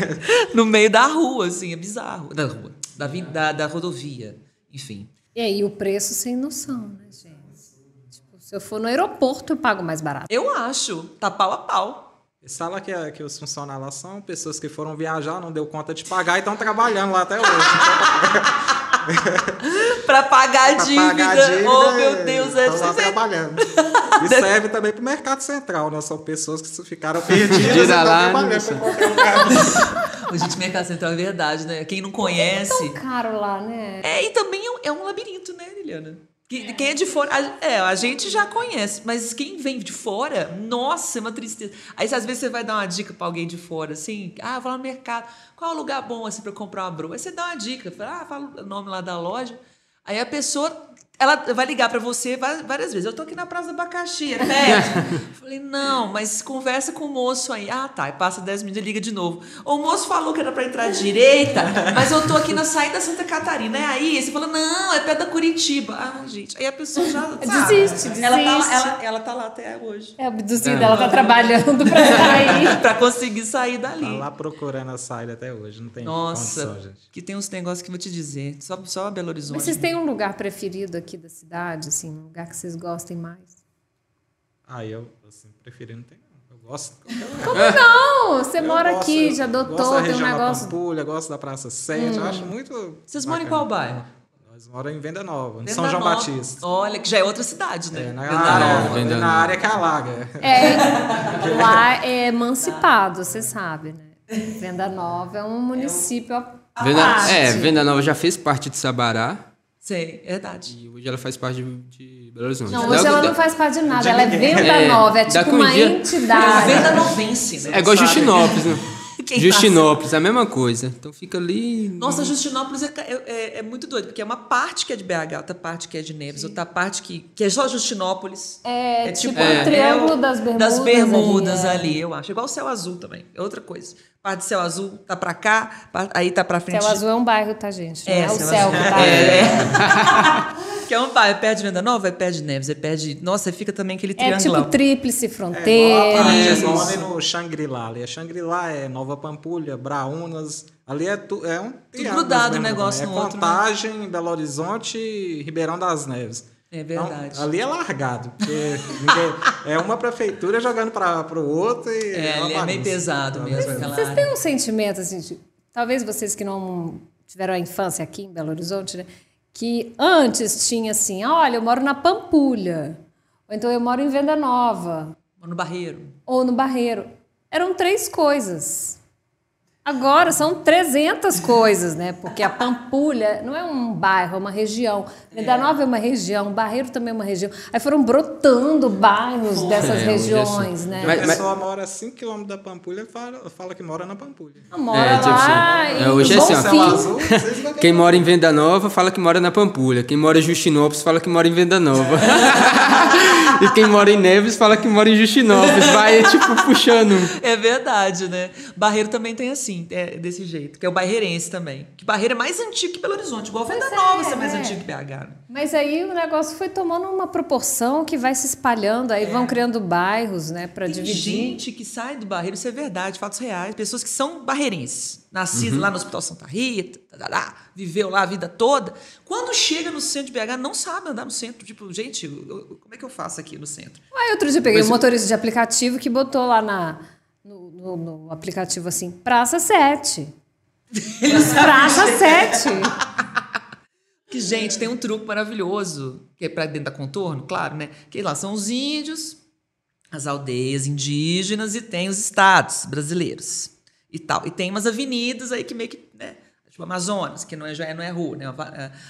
C: No meio da rua, assim, é bizarro. Da rua. Da, vi- da, da rodovia. Enfim.
B: E aí, o preço sem noção, né, gente? Tipo, se eu for no aeroporto, eu pago mais barato.
C: Eu acho, tá pau a pau.
E: Sala que, é- que os funcionários lá são pessoas que foram viajar, não deu conta de pagar e estão trabalhando lá até hoje.
C: Pra pagar a
E: Pra
C: dívida.
E: pagar a dívida,
C: oh, meu Deus, é
E: tão lá trabalhando. E serve também pro mercado central, né? São pessoas que ficaram perdidas e
D: Gira
E: estão
D: lá,
E: trabalhando
D: né?
E: pra qualquer lugar.
C: Ô, Gente, Mercado Central é verdade, né? Quem não conhece.
B: É Caro lá, né?
C: É, e também é um, é um labirinto, né, Liliana? Que- Quem é de fora. a- é, a gente já conhece, mas quem vem de fora, nossa, é uma tristeza. Aí às vezes você vai dar uma dica pra alguém de fora, assim, ah, vou lá no mercado, qual é o lugar bom assim pra eu comprar uma broa? Aí você dá uma dica, fala, ah, fala o nome lá da loja. Aí a pessoa. Ela vai ligar pra você va- várias vezes. Eu tô aqui na Praça do Abacaxi, é [LAUGHS] perto. Falei, não, mas conversa com o moço aí. Ah, tá. E passa 10 minutos e liga de novo. O moço falou que era pra entrar à direita, mas eu tô aqui na saída Santa Catarina. É aí? Você fala, não, é perto da Curitiba. Ah, gente. Aí a pessoa [LAUGHS] já. sabe?
B: Desiste,
C: Ela tá, lá-
B: desiste.
C: ela, ela tá lá até hoje.
B: É abduzida, ela tá trabalhando pra [LAUGHS] sair.
C: [LAUGHS] pra conseguir sair
E: Tá
C: dali.
E: lá procurando a saída até hoje, não tem
C: Nossa,
E: condição, gente.
C: que tem uns negócios que eu vou te dizer. Só, só Belo Horizonte.
B: Mas vocês têm um lugar preferido aqui da cidade, assim, um lugar que vocês gostem mais?
E: Aí eu, assim, preferi não ter não. Eu gosto de qualquer lugar.
B: É. Não, você
E: Eu
B: mora
E: gosto-
B: aqui, já
E: eu gosto
B: adotou,
E: da
B: tem um
E: região da
B: negócio.
E: Pampulha, gosto da Praça 7, eu acho muito.
C: Hum. Vocês moram em
E: bacana.
C: qual bairro?
E: Nós moramos em Venda Nova, em
C: Venda
E: São João
C: Nova.
E: Batista.
C: Olha, que já é outra cidade, né?
E: É, na,
C: Venda
E: área,
C: Nova.
D: Venda
E: na
D: Nova.
E: área que alaga.
B: [LAUGHS] É, lá é emancipado, você sabe, né? [LAUGHS] Venda Nova é um município à
D: Venda,
B: parte.
D: é, Venda Nova já fez parte de Sabará.
C: Ah, Sei, é verdade.
D: E hoje ela faz parte de, de Belo Horizonte.
B: Não,
D: Dá-
B: hoje ela
D: dá-
B: não faz parte de nada. Ela é venda
D: É,
B: nova, é
D: dá
B: tipo
D: com
B: uma
D: dia.
B: entidade.
C: Venda não vence, né?
D: Ah, É igual
C: sabe?
B: [LAUGHS]
D: Justinópolis, né?
C: [LAUGHS] Quem tá
D: Justinópolis, a mesma coisa. Então fica ali.
C: Nossa, Justinópolis é, ca- é- é- é muito doido, porque é uma parte que é de BH, outra parte que é de Neves, outra parte que, que é só Justinópolis.
B: É, tipo
C: um
B: o Triângulo das Bermudas é.
C: Das Bermudas
B: ali,
C: ali, eu acho. Igual o Céu Azul também, é outra coisa. Parte do Céu Azul tá pra cá, pa- aí tá pra frente.
B: Céu Azul é um bairro, tá, gente? Não
C: É,
B: é, o
C: Céu
B: céu
C: Azul.
B: que tá é.
D: [LAUGHS]
C: Que é um pai, perde Venda Nova, aí perde Neves, aí perde... Nossa, aí fica também aquele
B: É
C: triangulão.
B: tipo tríplice
E: É igual a
B: fronteira.
E: Paraíba,
C: Isso.
E: ali no Xangri-Lá. Ali é Xangri-Lá, é Nova Pampulha, Braunas. Ali é, tu, é um triângulo
C: grudado
E: mesmo,
C: um negócio
E: né?
C: no
E: é
C: outro, né?
E: Contagem, Belo Horizonte e Ribeirão das Neves.
C: É verdade.
E: Então, ali é largado. Porque
C: [LAUGHS]
E: ninguém- é uma prefeitura jogando para o outro e.
C: É,
E: uma
C: ele é meio
E: bagunça.
C: pesado mesmo, aquela
B: Vocês
C: área.
B: têm um sentimento, assim, de- talvez vocês que não tiveram a infância aqui em Belo Horizonte, né? Que antes tinha assim, olha, eu moro na Pampulha. Ou então eu moro em Venda Nova.
C: No Barreiro.
B: Ou no Barreiro. Eram três coisas. Agora são 300 coisas, né? Porque a Pampulha não é um bairro, é uma região. Venda Nova é uma região, Barreiro também é uma região. Aí foram brotando bairros dessas
D: hoje é assim.
B: regiões, né?
E: E
D: Mas-
E: a
D: mas-
E: pessoa mora a 5 km da Pampulha e fala, fala que mora na Pampulha.
B: Mora
D: É, tipo
B: lá
D: assim,
B: e
D: é, hoje é
B: Bom
C: Ah,
D: assim, ó.
E: Céu
B: Fim.
E: azul, vocês vão ver.
D: Quem mora em Venda Nova fala que mora na Pampulha. Quem mora em Justinópolis fala que mora em
B: [LAUGHS]
D: Venda Nova. [LAUGHS] e quem mora em Neves fala que mora em Justinópolis. Vai, tipo, puxando.
C: É verdade, né? Barreiro também tem assim, é desse jeito, que é o barreirense também. Que Barreiro é mais antigo que Belo Horizonte, igual Venda
B: Pois é,
C: Nova, você é mais
B: né?
C: antigo que BH. né?
B: Mas aí o negócio foi tomando uma proporção que vai se espalhando, aí
D: É.
B: vão criando bairros, né, para
C: Tem
B: dividir.
C: gente que sai do Barreiro, isso é verdade, fatos reais. Pessoas que são barreirenses, nascidas
E: Uhum.
C: lá no Hospital Santa Rita, tá, tá, tá, viveu lá a vida toda. Quando chega no centro de BH, não sabe andar no centro. Tipo, gente, eu- eu- como é que eu faço aqui no centro?
B: Aí outro dia peguei um motorista de aplicativo que botou lá na, no, no- no aplicativo assim, Praça
C: [LAUGHS]
B: 7. Praça 7.
C: Que, gente, tem um truque maravilhoso, que é pra dentro da contorno, claro, né? Que lá são os índios, as aldeias indígenas e tem os estados brasileiros e tal. E tem umas avenidas aí que meio que, né? Tipo Amazonas, que não é, já é- não é rua, né?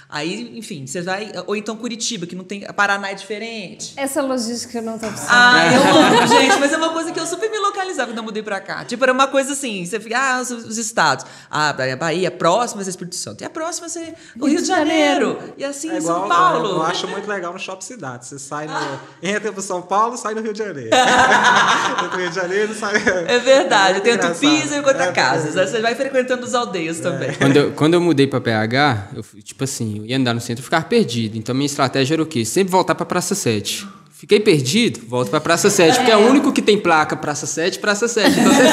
C: Aí, enfim, você vai. Ou então Curitiba, que não tem. Paraná é diferente.
B: Essa logística eu não tô precisando.
C: Ah, eu amo, gente, mas é uma coisa que eu super me localizava quando eu mudei pra cá. Tipo, era uma coisa assim, você fica, ah, os, os estados. Ah, a Bahia, próxima é Espírito Santo. E a próxima é o Rio de Janeiro. E assim,
E: É
C: São
E: igual,
C: Paulo. Ah.
E: Eu acho muito legal no Shopping Cidade. Você sai no, entra pro São Paulo, sai no Rio de
C: [LAUGHS]
E: Janeiro. [LAUGHS] entra no Rio de Janeiro, sai.
C: É verdade, tem
E: muito
C: tanto piso
E: engraçado.
C: e contra
E: É,
C: casas. Aí você vai frequentando os aldeias também.
D: Quando eu, quando eu mudei pra PH, eu, fui, tipo assim, eu ia andar no centro e ficava perdido. Então minha estratégia era o quê? Sempre voltar pra Praça 7. Fiquei perdido, volto pra Praça 7, porque é o único que tem placa Praça 7, Praça 7. Então [LAUGHS] você,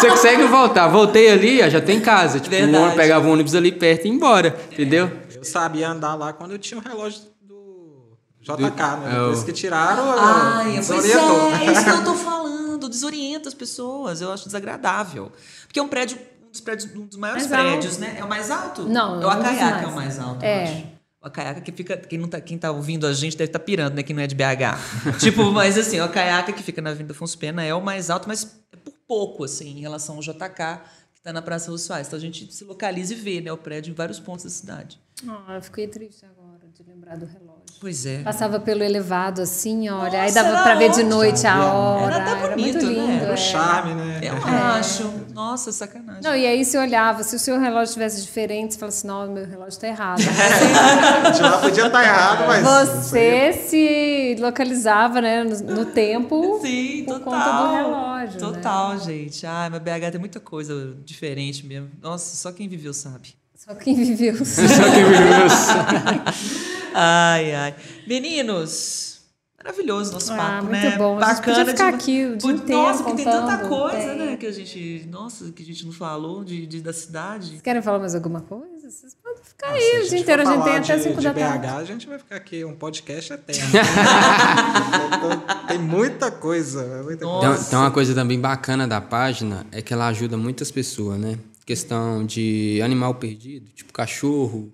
D: você consegue voltar. Voltei ali, ó, já tem casa. Tipo,
C: Verdade.
D: o ônibus pegava o ônibus ali perto e ia embora, entendeu?
E: Eu sabia andar lá quando eu tinha o relógio do JK, né?
D: é o-
E: Depois que tiraram,
C: Ai,
E: eu
C: pois
E: desorientou.
C: é, é isso que [LAUGHS] eu tô falando. Desorienta as pessoas, eu acho desagradável. Porque é um prédio, um dos prédios, um dos maiores
B: Mais alto.
C: prédios, né? É o mais alto?
B: Não,
C: é o
B: um dos
C: Acaiaca
B: mais.
C: é o mais alto,
B: É.
C: eu acho. O Acaiaca que fica. Quem, não tá, quem tá ouvindo a gente deve estar pirando, né? Que não é de [LAUGHS] BH. tipo, mas assim, o Acaiaca que fica na Avenida Afonso Pena é o mais alto, mas é por pouco, assim, em relação ao JK, que tá na Praça Russo Soares. Então a gente se localiza e vê, né? O prédio em vários pontos da cidade.
B: Ah, eu fiquei triste agora de lembrar do relógio.
C: Pois é.
B: Passava pelo elevado assim, olha, aí
C: Nossa,
B: dava
C: era
B: pra ver de
C: ótimo.
B: noite a hora.
C: até bonito,
B: muito
C: né?
B: lindo,
C: Era
E: Era
B: é.
E: o charme, né?
C: Eu acho. Nossa, sacanagem.
B: Não, e aí você olhava, se o seu relógio tivesse diferente, você falava assim, não, meu relógio tá
C: [LAUGHS]
B: errado.
E: De lá podia estar errado, mas.
B: Você se localizava, né, no, no tempo
C: Sim,
B: por
C: total.
B: conta do relógio. Né?
C: Total, gente. Ai, mas BH tem muita coisa diferente mesmo. Nossa, só quem viveu sabe. [LAUGHS]
B: Só quem viveu.
D: Só que [LAUGHS]
C: Ai, ai. Meninos, maravilhoso nosso
B: Ah,
C: papo,
B: muito
C: né?
B: bom. A gente podia ficar
C: de-
B: aqui o dia
C: Putz,
B: inteiro
C: Nossa, porque tem tanta
B: contando,
C: coisa,
B: tem.
C: né? Que a gente. Nossa, que a gente não falou de, de- da cidade.
B: Querem falar mais alguma coisa? Vocês podem ficar
E: Se
B: aí o dia inteiro, a
E: for
B: gente tem
E: falar
B: até
E: de-
B: 5
E: de
B: da
E: BH,
B: tarde.
E: a gente vai ficar aqui um podcast eterno. [LAUGHS] Então, tem muita coisa. é Muita
D: Então,
E: coisa.
D: então, uma coisa também bacana da página é que ela ajuda muitas pessoas, né? Questão de animal perdido, tipo cachorro.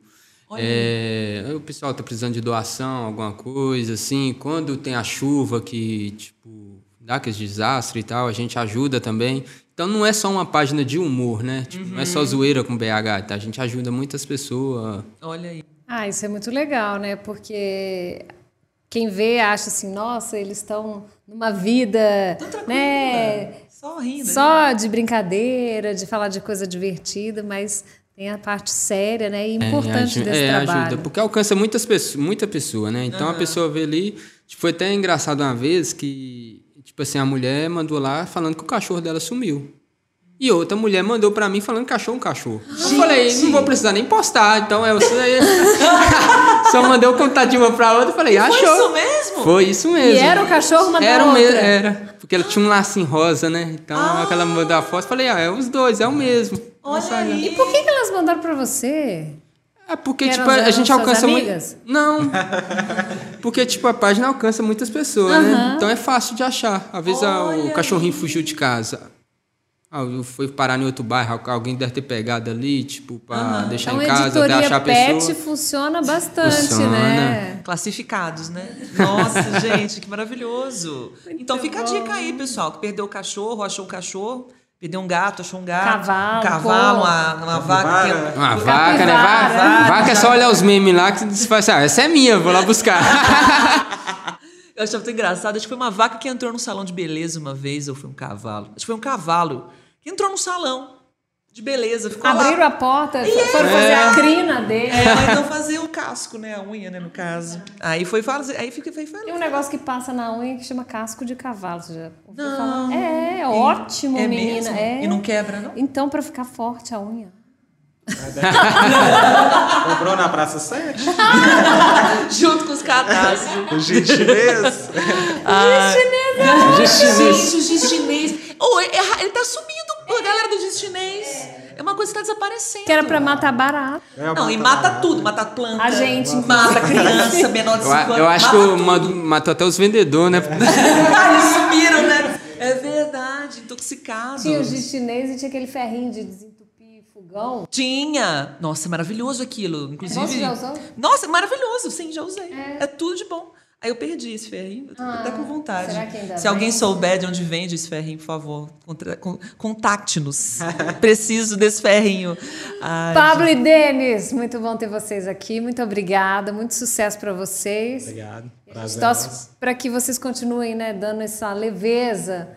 D: é, o pessoal tá precisando de doação, alguma coisa, assim. Quando tem a chuva que, tipo, dá aqueles desastres e tal, a gente ajuda também. Então não é só uma página de humor, né? Tipo, Não é só zoeira com BH, tá? A gente ajuda muitas pessoas.
C: Olha aí.
B: Ah, isso é muito legal, né? Porque quem vê acha assim, nossa, eles estão numa vida,
C: Tão tranquila.
B: né?
C: Só rindo. né?
B: Só de brincadeira, de falar de coisa divertida, mas tem a parte séria, né? E
D: É,
B: importante
D: aju-
B: desse
D: é,
B: trabalho.
D: ajuda, porque alcança muitas pessoas, muita pessoa, né? Então a pessoa vê ali, tipo, foi até engraçado uma vez que, tipo assim, a mulher mandou lá falando que o cachorro dela sumiu. E outra mulher mandou pra mim falando que achou um cachorro. Eu falei, não vou precisar nem postar, então é você aí. [LAUGHS] Só mandei um o contatinho pra outra e falei, achou.
C: Foi isso mesmo?
D: Foi isso mesmo.
B: E era o cachorro mandando
D: Era o
B: outra.
D: mesmo, era. Porque ela tinha um lacinho rosa, né? Então, aquela mandou a foto, falei, ah, é os dois, é o mesmo.
C: Olha
D: Essa-
C: aí.
B: E por que, que elas mandaram pra você?
D: é porque,
B: Eram
D: tipo, a,
B: as-
D: a gente
B: suas
D: alcança muito.
B: amigas? [LAUGHS]
D: Não. Porque, tipo, a página alcança muitas pessoas, né? Então é fácil de achar. Às vezes ah,
C: Olha
D: o cachorrinho fugiu de casa. Ah, foi parar em outro bairro, al- alguém deve ter pegado ali, tipo, pra deixar
B: então,
D: em casa, até
B: editoria
D: achar a
B: pet
D: pessoa.
B: funciona bastante,
D: Funciona.
B: né?
C: Classificados, né?
B: [LAUGHS]
C: Nossa, gente, que maravilhoso. então fica a dica aí, pessoal, que perdeu o cachorro, achou um cachorro, perdeu um gato, achou um gato.
B: Cavalo,
C: Um cavalo,
B: porco.
C: uma, uma vaca. que-
E: Capivara.
D: Uma vaca, né? Vaca,
B: Capivara.
D: vaca é só olhar os memes lá que você fala assim, ah, essa é minha, vou
B: [LAUGHS]
D: lá buscar.
C: Eu achava tão engraçado. Acho que foi uma vaca que entrou num salão de beleza uma vez, ou foi um cavalo. Acho que foi um cavalo que entrou num salão de beleza. Ficou
B: Abriram
C: lá.
B: a porta, foram fazer a crina dele.
C: É, ela então fazia o casco, né? A unha, né? No caso. Aí foi fazer. Aí fica foi
B: Tem
C: falar.
B: um negócio que passa na unha que chama casco de cavalo. Você já ouviu
C: Não.
B: falar? É, é ótimo,
C: é
B: menina.
C: Mesmo?
B: É.
C: E não quebra, não?
B: Então, pra ficar forte a unha.
E: Comprou Então, na Praça 7?
C: Junto com os cadastros.
E: O gentilês.
B: [LAUGHS]
C: Gente, o giz chinês. Ô, é- é- ele tá sumindo, a galera do giz chinês. É uma coisa que tá desaparecendo.
B: Que era pra matar barato.
E: É,
C: Não, e
E: bota
C: mata
E: lá.
C: tudo. Mata planta.
B: A gente,
C: Mata criança, menor de
D: Eu,
C: 5
D: a-
C: anos.
D: eu acho que
C: mata
D: eu mando- matou até os vendedores, né?
C: Ah, [LAUGHS] eles sumiram, né? É verdade, intoxicado.
B: Tinha o giz chinês e tinha aquele ferrinho de desentupir fogão.
C: Tinha. Nossa, maravilhoso aquilo. Inclusive.
B: Nossa, já usou?
C: Nossa, maravilhoso. Sim, já usei. É, tudo de bom. Aí eu perdi esse ferrinho. Eu tô até com vontade.
B: Ah, será que ainda
C: Se alguém
B: vende?
C: souber de onde vende esse ferrinho, por favor, contra- con- contacte-nos. [LAUGHS] Preciso desse ferrinho. Ai,
B: Pablo e Denis, muito bom ter vocês aqui. Muito obrigada, muito sucesso pra vocês.
E: Obrigado.
B: A gente
E: Prazer. nosso.
B: torce para que vocês continuem, né, dando essa leveza,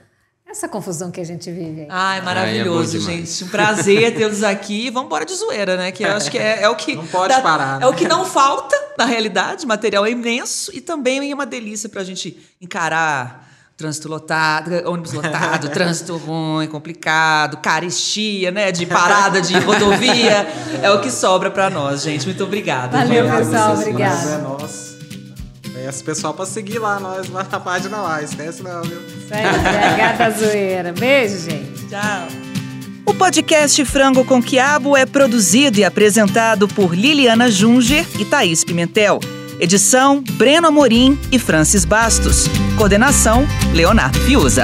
B: essa confusão que a gente vive aí.
C: Ai, maravilhoso,
D: Ai, é bom demais.
C: gente. Um prazer tê-los aqui. Vamos embora de zoeira, né? Que eu acho que é, é o que.
E: Não pode parar,
C: É
E: né?
C: o que não falta, na realidade. O material é imenso e também é uma delícia pra gente encarar trânsito lotado, ônibus lotado, trânsito ruim, complicado, carestia, né? De parada de rodovia. É o que sobra pra nós, gente. Muito obrigada.
B: Valeu,
C: gente.
B: pessoal.
E: vocês,
B: Obrigada.
E: prazer é nosso. Peço o pessoal pra seguir lá, nós, lá na página lá. Esquece não, viu?
B: Isso aí, BH da zoeira. Beijo, gente.
C: Tchau.
F: O podcast Frango com Quiabo é produzido e apresentado por Liliana Junger e Thaís Pimentel. Edição: Breno Amorim e Francis Bastos. Coordenação: Leonardo Fiuza.